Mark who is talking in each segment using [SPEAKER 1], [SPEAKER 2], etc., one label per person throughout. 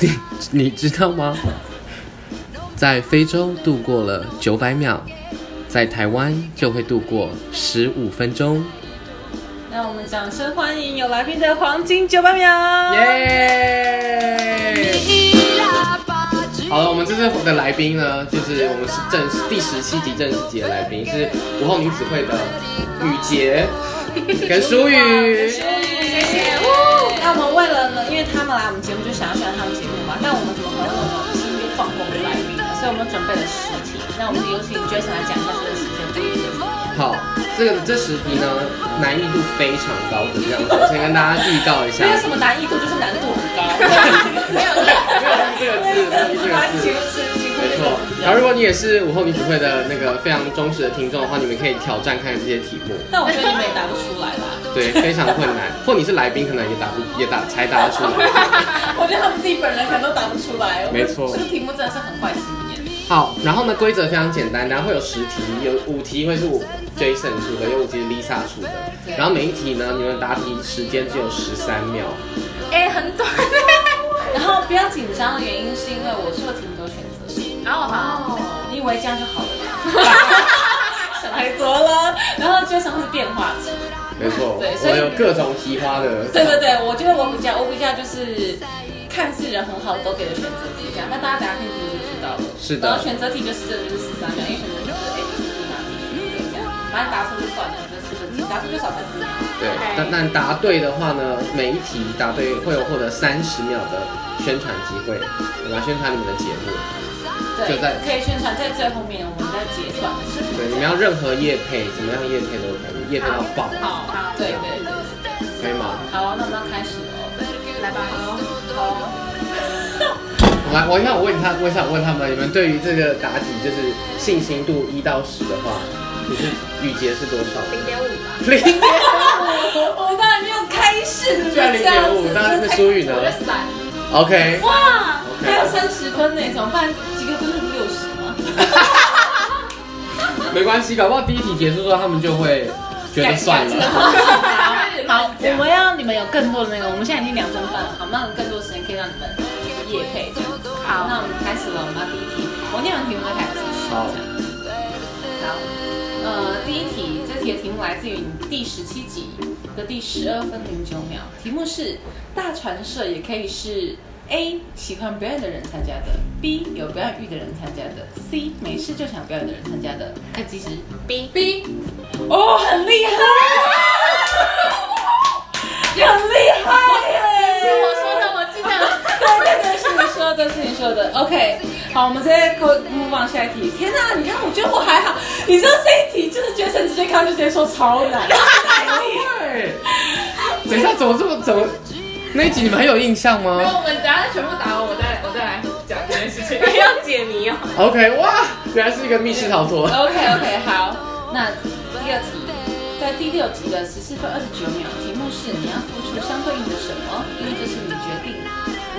[SPEAKER 1] 你 你知道吗？在非洲度过了九百秒，在台湾就会度过十五分钟。
[SPEAKER 2] 让我们掌声欢迎有来宾的黄金九百秒。
[SPEAKER 1] 耶！好了，我们这次的来宾呢，就是我们是正式第十七集正式集的来宾，是午后女子会的雨洁跟舒雨。
[SPEAKER 2] 谢谢。呜那我们为了呢，因为他们来我们节目就想要宣传他们节目嘛，但我们怎么可能有心就放过我们来宾呢？所以我们准备了十题，那我们有请 Jason 来讲一下这个十题。
[SPEAKER 1] 好，这个这十题呢，难易度非常高的这样子，先跟大家预告一下
[SPEAKER 2] 没。有什么难易度，就是难度很高。
[SPEAKER 1] 没有没有没有这个字没有这个字没错，然后如果你也是午后女子会的那个非常忠实的听众的话，你们可以挑战看这些题目，
[SPEAKER 2] 但我觉得你们也答不出来啦。
[SPEAKER 1] 对，非常困难。或你是来宾，可能也答不也答才答得出来。
[SPEAKER 2] 我觉得他们自己本人可能都答不出来。
[SPEAKER 1] 没错
[SPEAKER 2] 这个题目真的是很坏心眼。
[SPEAKER 1] 好，然后呢，规则非常简单，然后会有十题，有五题会是我 Jason 出的，有五题是 Lisa 出的。然后每一题呢，你们答题时间只有十三秒。
[SPEAKER 3] 哎、很短。
[SPEAKER 2] 然后不要紧张的原因是因为我做了挺多选择题，
[SPEAKER 3] 然后好，
[SPEAKER 2] 哦，你以为这样就好了吗？ 想太多了。然后 Jason 是变化题。
[SPEAKER 1] 没错，
[SPEAKER 2] 对所以
[SPEAKER 1] 我有各种提花的。
[SPEAKER 2] 对对对，我觉得我比较，我比较就是看似人很好，都给了选择题这样。那大家等下听题目就知道了。
[SPEAKER 1] 是的
[SPEAKER 2] 然后选择题就是这就是十三秒，因为选择题就是哎，你哪里选的这样，反正答错就算了，就是四分之一答错就少分之一。
[SPEAKER 1] 对，但但答对的话呢，每一题答对会有获得三十秒的宣传机会，我们要宣传你们的节目。
[SPEAKER 2] 对
[SPEAKER 1] 就在，
[SPEAKER 2] 可以宣传在最后面，我们在结算的时候。
[SPEAKER 1] 对，你们要任何业配，怎么样业配都可以，业配到爆，
[SPEAKER 2] 好，对对对，
[SPEAKER 1] 可以吗？
[SPEAKER 2] 好，那我们要开始了。哦
[SPEAKER 3] 来吧。
[SPEAKER 2] 好，
[SPEAKER 1] 我来，我想问他，我想问他们，你们对于这个答题就是信心度一到十的话，你是语节是多少？
[SPEAKER 3] 零点五吧。
[SPEAKER 1] 零，
[SPEAKER 2] 我们当然要开始了，
[SPEAKER 1] 居然零
[SPEAKER 2] 这样
[SPEAKER 1] 点
[SPEAKER 2] 子
[SPEAKER 1] 五，那
[SPEAKER 2] 真
[SPEAKER 1] 那
[SPEAKER 2] 的
[SPEAKER 1] 淑语呢
[SPEAKER 3] 我就散。
[SPEAKER 1] ？OK，
[SPEAKER 2] 哇，
[SPEAKER 1] OK
[SPEAKER 2] 还有三十分呢，怎么办？几个分数六十吗？
[SPEAKER 1] 没关系，搞不好第一题结束之后他们就会觉得算了。
[SPEAKER 2] 好，我们要你们有更多的那个，我们现在已经两分半了，好，那有更多时间可以让你们夜配这样子。好，那我们开始了，我们要第一题，我念完题目再开始计时。
[SPEAKER 1] 好
[SPEAKER 2] 这样好，呃，第一题，这题的题目来自于你第十七集的第十二分零九秒，题目是大传社也可以是 A 喜欢表演的人参加的，B 有表演欲的人参加的，C 没事就想表演的人参加的。看计时
[SPEAKER 3] B
[SPEAKER 2] B，哦，很厉害， 很厉害耶！
[SPEAKER 3] 是我说的，我记得。
[SPEAKER 2] 对对对，是你说的，是你说的。OK，好，我们直接过 move on 下一题。天哪，你看，我觉得我还好。你知道这一题就是 Jason 直接看到就直接说超 难，下一题
[SPEAKER 1] 对，等一下怎么这么怎么？那一集你们还有印象
[SPEAKER 3] 那
[SPEAKER 1] 吗
[SPEAKER 3] 我们等下全部打完，我再我再来讲这件事情。要解谜哦。
[SPEAKER 1] ？OK，哇，原来是一个密室逃脱。
[SPEAKER 2] OK OK，好，那第二题，在第六集的十四分二十九秒，题目是你要付出相对应的什么？因为这是你决定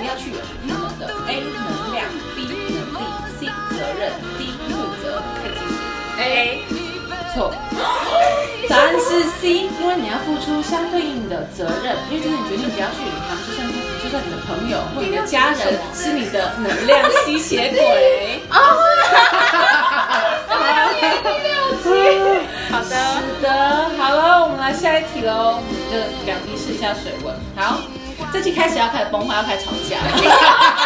[SPEAKER 2] 不要去你们的 A 能量，B 能力，C 责任，D 负责。可以继续。
[SPEAKER 3] A
[SPEAKER 2] 错，答案是 C，因为你要付出相对应的责任，因为就是你决定不要去理他们，就像就像你的朋友或你的家人是你的能量吸血鬼。
[SPEAKER 3] 好的。
[SPEAKER 2] 好的，好了，我们来下一题喽，就两题试一下水温。好，这期开始要开始崩坏，要开始吵架了。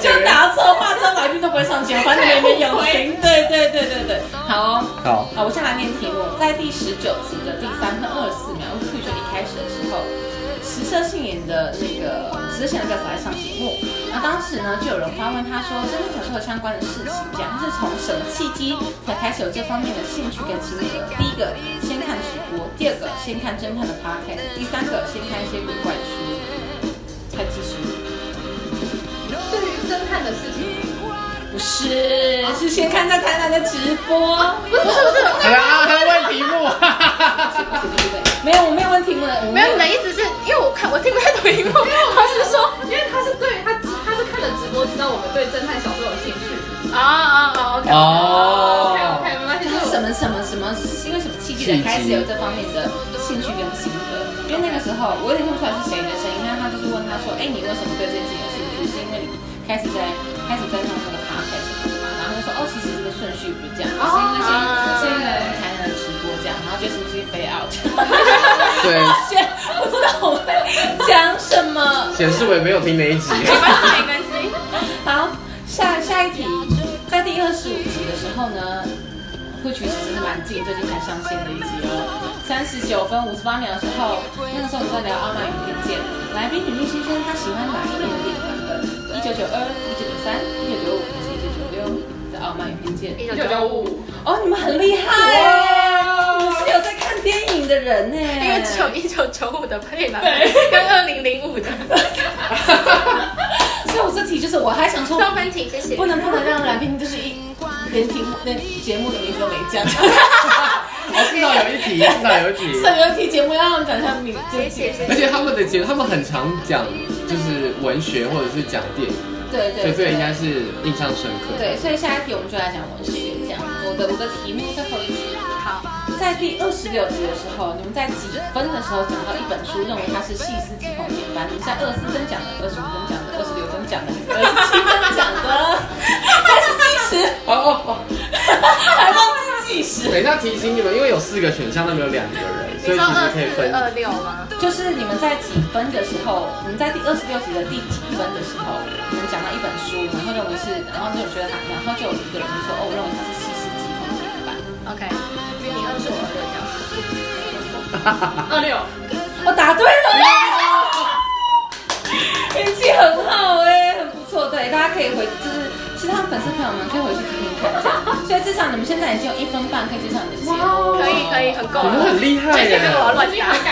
[SPEAKER 2] 就打错话，这来宾都不会上节目，反正没没有心。对对对对对，好、哦。
[SPEAKER 1] 好，
[SPEAKER 2] 好，我先来念题目，在第十九集的第三分二十四秒，我就一开始的时候，石社信演的那个石社信演的表嫂来上节目，那当时呢就有人发问他说，真的小时候相关的事情，这样是从什么契机才开始有这方面的兴趣跟心得？第一个先看直播，第二个先看侦探的 podcast，第三个先看一些古怪书，猜技术。
[SPEAKER 3] 对于侦探的事情，
[SPEAKER 2] 不是，是先看在台南的直播，
[SPEAKER 3] 不是不是不是，
[SPEAKER 1] 好了啊，还问题目，哈哈哈哈
[SPEAKER 2] 没有，我没有问题目的，我
[SPEAKER 3] 没有你的意思是因为我看我听不太懂英文，他是说，因为他是对他他是看了直播知道我们对侦探小说有兴趣。啊啊啊！OK。OK
[SPEAKER 1] 哦
[SPEAKER 3] OK，没关系。
[SPEAKER 2] 什么什么什么，因为什么契机才开始有这方面的兴趣跟啊心得？因为那个时候我有点看不出来是谁的声音，但他就是问他说：“哎、你为什么对这件事情有兴趣？”就是因为你开始在开始在弄那个 podcast 嘛，然后就说哦，其实这个顺序不是这样，就是因为先先来台南的直播这样，然后就是不是 fade out，
[SPEAKER 1] 对，
[SPEAKER 2] 我真的好会 讲什么。
[SPEAKER 1] 显示我没有听哪 一集。
[SPEAKER 3] 没关系，没关系。
[SPEAKER 2] 好，下下一题，在第二十五集的时候呢，会曲其实是蛮近，最近才上线的一集哦。三十九分五十八秒的时候，那个时候我们在聊《傲慢与偏见》，来宾女力先生她喜欢哪一年的电影版本？一九九二、一九九三、一九九五还是一九九六的《傲慢与偏见》？
[SPEAKER 3] 一九九五，
[SPEAKER 2] 哦，你们很厉害耶！你们是有在看电影的人呢，
[SPEAKER 3] 因为只有一九九五的配版
[SPEAKER 2] 对
[SPEAKER 3] 跟二零零 五的。
[SPEAKER 2] 所以我这题就是我还想说，
[SPEAKER 3] 高分题，谢谢。
[SPEAKER 2] 不能不能让来宾就是一连题目连节目的名字都没 讲。
[SPEAKER 1] 我至少哦有一题，至少有一题。
[SPEAKER 2] 上游题节目要让他们讲一下名字，
[SPEAKER 3] 谢谢谢
[SPEAKER 1] 而
[SPEAKER 3] 谢。
[SPEAKER 1] 且他们的节目，他们很常讲就是文学或者是讲电影，
[SPEAKER 2] 对
[SPEAKER 1] 所
[SPEAKER 2] 对
[SPEAKER 1] 以这个应
[SPEAKER 2] 对
[SPEAKER 1] 该是印象深刻。
[SPEAKER 2] 对，所以下一题我们就来讲文学，这样。我的我的题目最后一题，
[SPEAKER 3] 好，
[SPEAKER 2] 在第二十六集的时候，你们在几分的时候讲到一本书，认为它是细思极恐典范？你们在二十分讲的、二十五分讲的、二十六分讲的、二十七分讲的，开始计时，
[SPEAKER 1] 哦哦哦，
[SPEAKER 2] 还忘记计时。
[SPEAKER 1] 等一下提醒你们，因为有四个选项，那边有两个人，
[SPEAKER 3] 你
[SPEAKER 1] 所以
[SPEAKER 3] 说
[SPEAKER 1] 其
[SPEAKER 3] 二
[SPEAKER 1] 实可以
[SPEAKER 3] 四
[SPEAKER 1] 分。
[SPEAKER 3] 二六吗？
[SPEAKER 2] 就是你们在几分的时候，你们在第二十六集的第几分的时候，你们讲到一本书，然后认为是，然后就觉得它，然后就有一个人就说，哦，我认为它是细思极恐典范。
[SPEAKER 3] OK，你二十我二
[SPEAKER 1] 哈
[SPEAKER 3] 六，二六，
[SPEAKER 2] 我哦答对了，运气很好哎、很不错。对，大家可以回，就是其实他们粉丝朋友们可以回去听听看，这样。所以至少你们现在已经有一分半可以介绍你的节目。
[SPEAKER 3] 可以可以，很 够
[SPEAKER 1] 你们
[SPEAKER 3] 了。
[SPEAKER 1] 哦很厉害
[SPEAKER 3] 这
[SPEAKER 1] 耶
[SPEAKER 3] 些，我要乱答。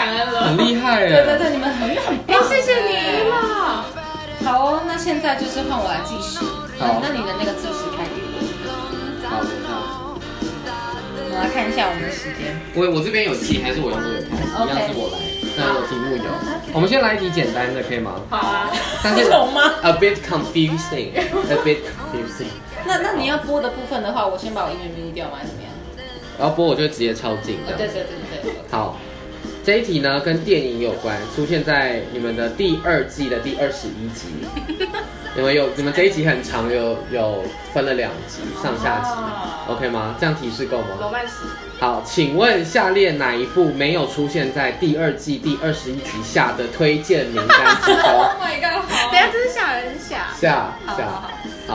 [SPEAKER 1] 很厉害
[SPEAKER 2] 对对
[SPEAKER 1] 耶。
[SPEAKER 2] 对，你们很很
[SPEAKER 3] 哎
[SPEAKER 2] 棒，，
[SPEAKER 3] 谢谢你啦。
[SPEAKER 2] 好哦，那现在就是换我来计时。
[SPEAKER 1] 好
[SPEAKER 2] 那你的那个计时开给我，
[SPEAKER 1] 好，我
[SPEAKER 2] 我们来看一下我们的时间。
[SPEAKER 1] 我我这边有题，还是我用这个开？一
[SPEAKER 2] OK
[SPEAKER 1] 样是我来。那我题目有，我们先来一题简单的，可以吗？
[SPEAKER 3] 好啊。
[SPEAKER 1] 但是
[SPEAKER 2] 懂吗
[SPEAKER 1] ？A bit confusing, a bit confusing。
[SPEAKER 2] 那那你要播的部分的话，我先把我音乐咪掉吗？还是怎么样？
[SPEAKER 1] 然后播我就直接抄近这
[SPEAKER 2] 哦
[SPEAKER 1] 样，
[SPEAKER 2] 对对对对，
[SPEAKER 1] 好，这一题呢跟电影有关，出现在你们的第二季的第二十一集。你们有你们这一集很长，有有分了两集上下集、o k 吗？这样提示够吗？
[SPEAKER 3] 罗曼史，
[SPEAKER 1] 好，请问下列哪一部没有出现在第二季第二十一集下的推荐名单之中？
[SPEAKER 2] Oh my god！
[SPEAKER 3] 等一下这是吓人吓。
[SPEAKER 1] 下
[SPEAKER 3] 好
[SPEAKER 1] 下
[SPEAKER 3] 好好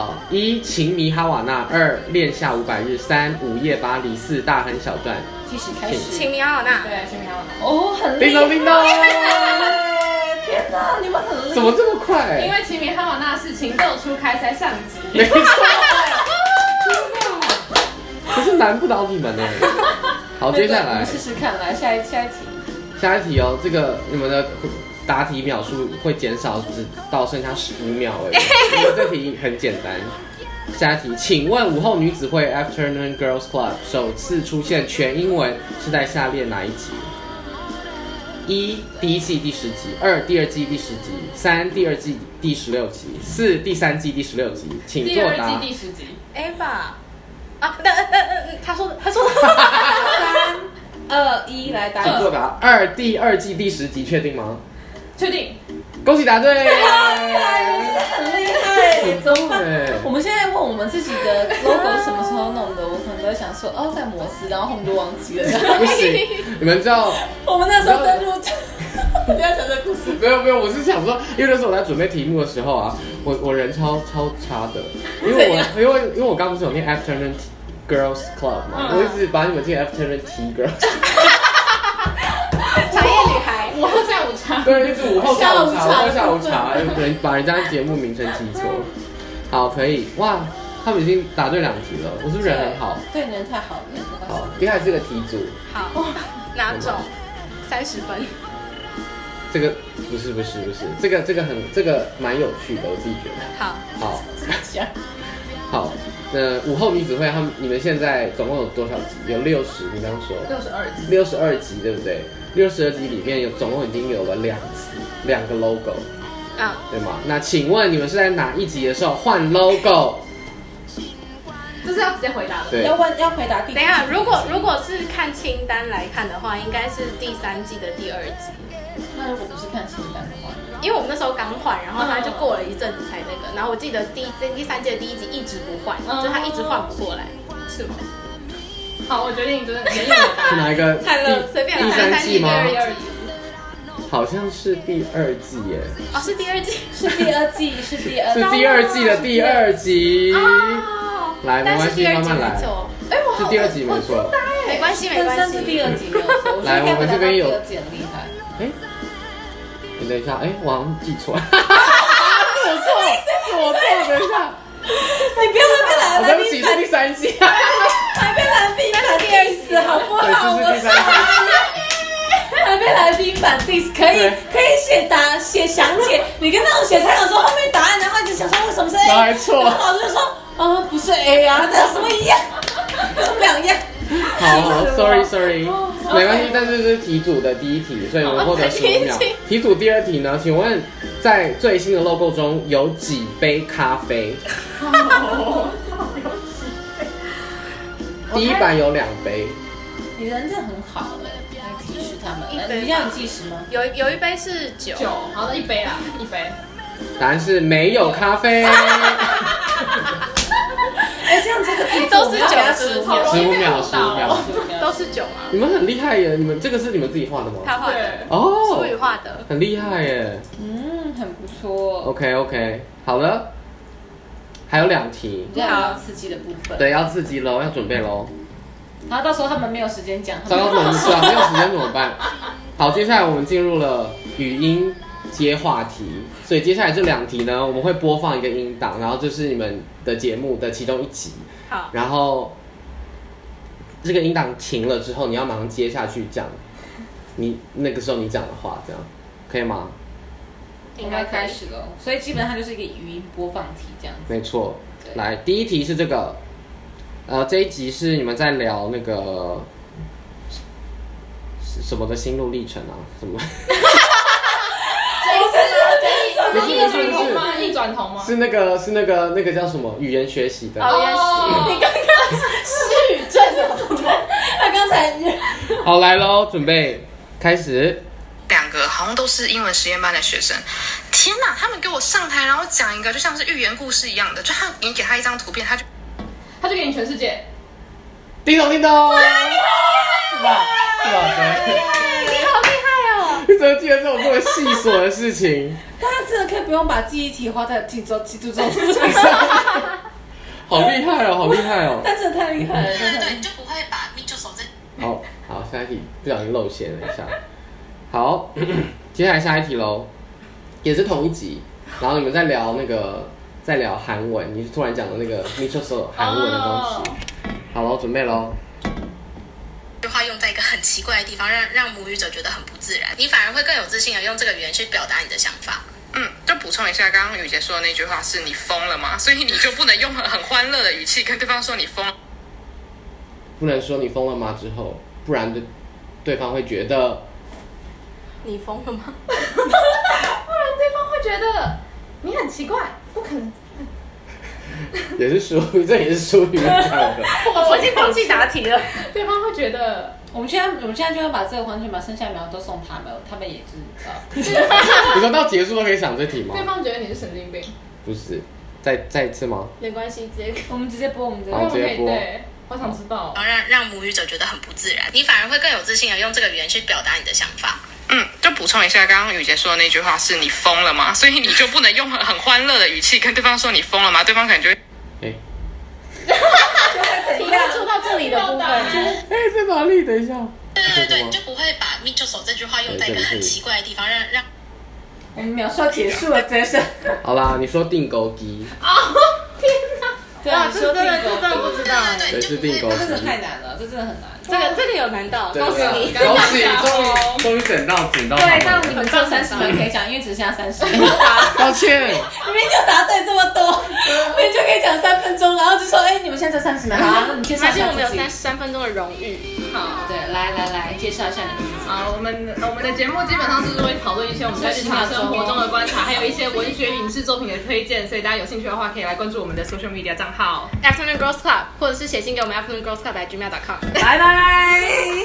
[SPEAKER 1] 好，一情迷哈瓦那，二恋夏五百日，三午夜巴黎，四大亨小段。
[SPEAKER 2] 计时开始。
[SPEAKER 3] 请你好娜，
[SPEAKER 2] 对，先拿完。哦，很
[SPEAKER 1] 叮
[SPEAKER 2] 厉
[SPEAKER 1] 咚叮
[SPEAKER 2] 害！
[SPEAKER 1] 咚，
[SPEAKER 2] 天哪，你们很厉害
[SPEAKER 1] 怎么这么快？
[SPEAKER 4] 因为齐米哈瓦那是情窦初开才上集，
[SPEAKER 1] 没错，可是难不倒你们呢。好，接下
[SPEAKER 2] 我
[SPEAKER 1] 来
[SPEAKER 2] 们试试看，来下一下一题。
[SPEAKER 1] 下一题哦，这个你们的答题秒数会减少，只到剩下十五秒而已。因为这题很简单。下一题，请问午后女子会 Afternoon Girls Club 首次出现全英文是在下列哪一集？一第一季第十集，二第二季第十集，三第二季第十六集，四第三季第十六集，请
[SPEAKER 4] 第
[SPEAKER 1] 作
[SPEAKER 4] 二
[SPEAKER 1] 答
[SPEAKER 4] 季。第十集，
[SPEAKER 3] a 吧。啊，那那那那他说的他说的
[SPEAKER 2] 三二一，来答。
[SPEAKER 1] 请作答。二第二季第十集确定吗？
[SPEAKER 4] 确定
[SPEAKER 1] 恭喜答 对！
[SPEAKER 2] 很厉害，怎么办
[SPEAKER 1] 对？
[SPEAKER 2] 我们现在问我们自己的 logo 什么时候弄的，我可能都会想说哦，在摩斯，然后后面就忘记了。
[SPEAKER 1] 不行，你们知道
[SPEAKER 2] 我们那时候登录，不要讲这故事。
[SPEAKER 1] 没有没有？我是想说，因为那时候我在准备题目的时候啊，我我人超超差的，因为我因为因为我刚不是有念 afternoon Tea girls club 嘛，
[SPEAKER 4] 嗯
[SPEAKER 1] 我一直把你们念 afternoon tea girls，
[SPEAKER 3] 茶叶女孩，
[SPEAKER 4] 午后下午茶，
[SPEAKER 1] 对，就是午后下午茶，午
[SPEAKER 2] 下午茶
[SPEAKER 1] 后下午茶，有可能把人家节目名称记错。好，可以哇，他们已经答对两题了，我是不是人很好？
[SPEAKER 2] 对人太好了，没关
[SPEAKER 1] 好
[SPEAKER 2] 系。，
[SPEAKER 1] 接下来这个题组，
[SPEAKER 3] 好，哪种？三十分，
[SPEAKER 1] 这个不是不是不是，这个这个很这个蛮有趣的，我自己觉得。
[SPEAKER 3] 好，
[SPEAKER 1] 好
[SPEAKER 2] 讲，
[SPEAKER 1] 好，那午后女子会他们你们现在总共有多少集？有六十，你刚刚说
[SPEAKER 4] 六十二集，
[SPEAKER 1] 六十二集对不对？六十二集里面有总共已经有了两次两个 logo
[SPEAKER 3] 嗯，
[SPEAKER 1] 对吗？那请问你们是在哪一集的时候换 logo？
[SPEAKER 4] 这是要直接回答的。
[SPEAKER 1] 对
[SPEAKER 2] 要，
[SPEAKER 3] 啊
[SPEAKER 2] 问要回答第一
[SPEAKER 3] 等一下，如果如果是看清单来看的话，应该是第三季的第二集。
[SPEAKER 2] 那如果不是看清单的话，
[SPEAKER 3] 因为我们那时候刚换，然后他就过了一阵子才那个。然后我记得第一第三届第一集一直不换，
[SPEAKER 4] 嗯
[SPEAKER 3] 就他一直换不过来，是吗？
[SPEAKER 4] 好，我决定就是沿用我的答
[SPEAKER 1] 是
[SPEAKER 4] 案。
[SPEAKER 1] 哪一个？
[SPEAKER 3] 惨了，随便
[SPEAKER 1] 第
[SPEAKER 3] 啦
[SPEAKER 1] 三季吗
[SPEAKER 3] 第二
[SPEAKER 4] 第
[SPEAKER 3] 季
[SPEAKER 4] 二集
[SPEAKER 1] 好像是第二季耶，
[SPEAKER 3] 哦，是第二季
[SPEAKER 2] 是第二季，是第二
[SPEAKER 1] 是第二季的第二集。
[SPEAKER 3] 哦，
[SPEAKER 1] 来，哎没
[SPEAKER 3] 但
[SPEAKER 1] 关
[SPEAKER 3] 是
[SPEAKER 1] 系，
[SPEAKER 3] 第二
[SPEAKER 1] 慢
[SPEAKER 3] 季
[SPEAKER 1] 慢
[SPEAKER 3] 没哦
[SPEAKER 1] 来。
[SPEAKER 3] 错，
[SPEAKER 2] 哎，我
[SPEAKER 1] 是
[SPEAKER 2] 好，
[SPEAKER 1] 第二集没错。
[SPEAKER 3] 没关系没
[SPEAKER 2] 但
[SPEAKER 3] 关
[SPEAKER 2] 是是第
[SPEAKER 3] 系。
[SPEAKER 2] 二集没有错，我觉得
[SPEAKER 1] 来我们这边有
[SPEAKER 2] 第二集很厉害。
[SPEAKER 1] 哎，你等一下，哎，我好像记 错了。啊是我错了，是我错了，等一下，
[SPEAKER 2] 你不要再来
[SPEAKER 1] 我对不起，是第三 季。
[SPEAKER 2] 还被蓝冰版 diss 好不
[SPEAKER 1] 对，
[SPEAKER 2] 好？
[SPEAKER 1] 就是第三季。
[SPEAKER 2] 还被蓝冰版 diss，可以
[SPEAKER 1] 对
[SPEAKER 2] 可以写答写详解，你跟那种写参考说后面答案，然后你就想说为什么是
[SPEAKER 1] 然后还
[SPEAKER 2] A，
[SPEAKER 1] 错
[SPEAKER 2] 然后老师就说啊不是 A 啊，这有什么一样，有什么两样？啊
[SPEAKER 1] 好好，sorry sorry，没关系，但是这是题组的第一题，所以我们获得十五秒
[SPEAKER 3] 哦才第一题。
[SPEAKER 1] 题组第二题呢？请问在最新的 logo 中有几杯咖 啡？第一版有两杯，
[SPEAKER 2] 你人真的很好哎，来支持他们。来你要你计时吗？
[SPEAKER 3] 有有一杯是酒，
[SPEAKER 4] 九，好，那一杯啦，一杯。
[SPEAKER 1] 答案是没有咖 啡。
[SPEAKER 2] 哎，这样这个题目
[SPEAKER 3] 都是
[SPEAKER 2] 我要给他
[SPEAKER 3] 九十
[SPEAKER 2] 15
[SPEAKER 3] 好
[SPEAKER 2] 秒
[SPEAKER 1] 十五秒，十五秒。
[SPEAKER 3] 都是酒吗？
[SPEAKER 1] 你们很厉害耶！你们这个是你们自己画的吗？
[SPEAKER 3] 他画的，
[SPEAKER 4] 对，
[SPEAKER 1] 哦
[SPEAKER 3] 苏语，画的。
[SPEAKER 1] 很厉害耶。
[SPEAKER 2] 嗯，很不错。
[SPEAKER 1] OK OK，好了，还有两题，
[SPEAKER 2] 这样要刺激的部分。
[SPEAKER 1] 对，要自己喽，要准备喽。
[SPEAKER 2] 然后到时候他们没有时间讲，他
[SPEAKER 1] 糟
[SPEAKER 2] 们
[SPEAKER 1] 糕，怎么算？没有时间怎么办？好，接下来我们进入了语音接话题，所以接下来这两题呢，我们会播放一个音档，然后这是你们的节目的其中一集，
[SPEAKER 3] 好，
[SPEAKER 1] 然后这个音档停了之后，你要马上接下去讲你那个时候你讲的话，这样可以吗？
[SPEAKER 3] 应
[SPEAKER 2] 应
[SPEAKER 3] 该
[SPEAKER 2] 该
[SPEAKER 3] 开
[SPEAKER 2] 开始
[SPEAKER 3] 始。
[SPEAKER 2] 了，所以基本上就是一个语音播放题这样子。
[SPEAKER 1] 没错，
[SPEAKER 2] 对
[SPEAKER 1] 来第一题是这个，呃，这一集是你们在聊那个什什么的心路历程啊，什么？
[SPEAKER 4] 这
[SPEAKER 1] 是
[SPEAKER 4] 一
[SPEAKER 1] 一转
[SPEAKER 4] 转
[SPEAKER 1] 头
[SPEAKER 4] 头
[SPEAKER 1] 吗
[SPEAKER 4] 吗？一转头吗？
[SPEAKER 1] 是那个是那个那个叫什么语言学习的？
[SPEAKER 3] 哦，也
[SPEAKER 4] 你刚
[SPEAKER 2] 失语症了，他刚才
[SPEAKER 1] 好，来喽，准备开始。
[SPEAKER 5] 两个好像都是英文实验班的学生。天哪，他们给我上台，然后讲一个就像是寓言故事一样的，就他你给他一张图片，他就
[SPEAKER 4] 他就给你全世界。
[SPEAKER 1] 叮咚叮咚，是吧？是吧？对。
[SPEAKER 3] 是，你好厉害哦！
[SPEAKER 1] 你怎么记得这种这么细琐的事情？
[SPEAKER 2] 大家真的可以不用把记忆体花在记住记 住这种事情
[SPEAKER 1] 好厉害哦，好厉害哦！
[SPEAKER 2] 但真的太厉害
[SPEAKER 3] 嗯
[SPEAKER 2] 了，真的
[SPEAKER 5] 你就不会把你就手在
[SPEAKER 1] 好好，下一题不小心露馅了一下。好， 接下来下一题喽，也是同一集，然后你们在聊那个在聊韩文，你突然讲的那个你就是韩文的东
[SPEAKER 5] 哦
[SPEAKER 1] 西。好喽，准备喽。
[SPEAKER 5] 句话用在一个很奇怪的地方，让让母语者觉得很不自然，你反而会更有自信的用这个语言去表达你的想法。嗯，就补充一下，刚刚雨杰说的那句话是你疯了吗？所以你就不能用很很欢乐的语气跟对方说你疯了
[SPEAKER 1] 不能说你疯了吗之后，不然对对方会觉得
[SPEAKER 3] 你疯了吗？
[SPEAKER 4] 不然对方会觉得你很奇怪，不可能。
[SPEAKER 1] 也是属于，这也是属于讲的。
[SPEAKER 3] 我已经放弃答题了。
[SPEAKER 4] 对方会觉得
[SPEAKER 2] 我们现在我们现在就要把这个完全把剩下的苗都送他们，他们也啊知道。
[SPEAKER 1] 你说到结束都可以想这题吗
[SPEAKER 4] 对？方觉得你是神经病。
[SPEAKER 1] 不是，再再一次吗？
[SPEAKER 3] 没关系，直接
[SPEAKER 2] 我们直接播，我们直接
[SPEAKER 1] 好
[SPEAKER 4] 哦
[SPEAKER 2] 播。
[SPEAKER 1] 直接播
[SPEAKER 4] 对，我想知道。
[SPEAKER 5] 然后让让母语者觉得很不自然，你反而会更有自信的用这个语言去表达你的想法。嗯，就补充一下，刚刚雨杰说的那句话是你疯了吗？所以你就不能用很很欢乐的语气跟对方说你疯了吗？对方可能就会
[SPEAKER 1] 哎、
[SPEAKER 2] 怎样？
[SPEAKER 3] 做到这里的部分，就是
[SPEAKER 1] 哎、在哪里？等一下。
[SPEAKER 5] 对对对，
[SPEAKER 1] 你
[SPEAKER 5] 你就不会把 m i c h e l 这句话用在一个很奇怪的地方，让让
[SPEAKER 2] 我们秒数要结束了，真是。
[SPEAKER 1] 好啦，你说定钩机，
[SPEAKER 5] 啊
[SPEAKER 2] 对
[SPEAKER 3] 哇，
[SPEAKER 2] 啊，
[SPEAKER 3] 这真的这
[SPEAKER 2] 这
[SPEAKER 3] 真的不知道哎。
[SPEAKER 5] 对
[SPEAKER 1] 谁
[SPEAKER 5] 对，
[SPEAKER 1] 是
[SPEAKER 5] 你
[SPEAKER 1] 定
[SPEAKER 5] 就
[SPEAKER 1] 钩
[SPEAKER 5] 不会把。
[SPEAKER 1] 机
[SPEAKER 2] 真的太难了，这真的很难。
[SPEAKER 3] 这个这个有难到，
[SPEAKER 1] 对
[SPEAKER 3] 恭喜
[SPEAKER 1] 对
[SPEAKER 3] 你。
[SPEAKER 2] 啊
[SPEAKER 1] 恭喜，终于终于整到整到他们了。
[SPEAKER 2] 们到三十秒可以讲，因为只剩下三十秒。
[SPEAKER 1] 抱歉，
[SPEAKER 2] 明明就答对这么多，
[SPEAKER 3] 嗯
[SPEAKER 2] 明明就可以讲三分钟，然后就说，哎、你们现在才三十 秒，好啊，那你介绍
[SPEAKER 3] 而
[SPEAKER 2] 一
[SPEAKER 3] 且
[SPEAKER 2] 下
[SPEAKER 3] 我们有
[SPEAKER 2] 自己
[SPEAKER 3] 三十三分钟的荣誉，
[SPEAKER 4] 好。
[SPEAKER 2] 对，来来来，介绍一下你们
[SPEAKER 4] 啊，我们我们的节目基本上就是会讨论一些我们在日常生活中的观察，还有一些文学影视作品的推荐，所以大家有兴趣的话可以来关注我们的 social media 账号。
[SPEAKER 3] Afternoon Girls Club，或者是写信给我们 Afternoon Girls Club at gmail.com。
[SPEAKER 2] 拜拜。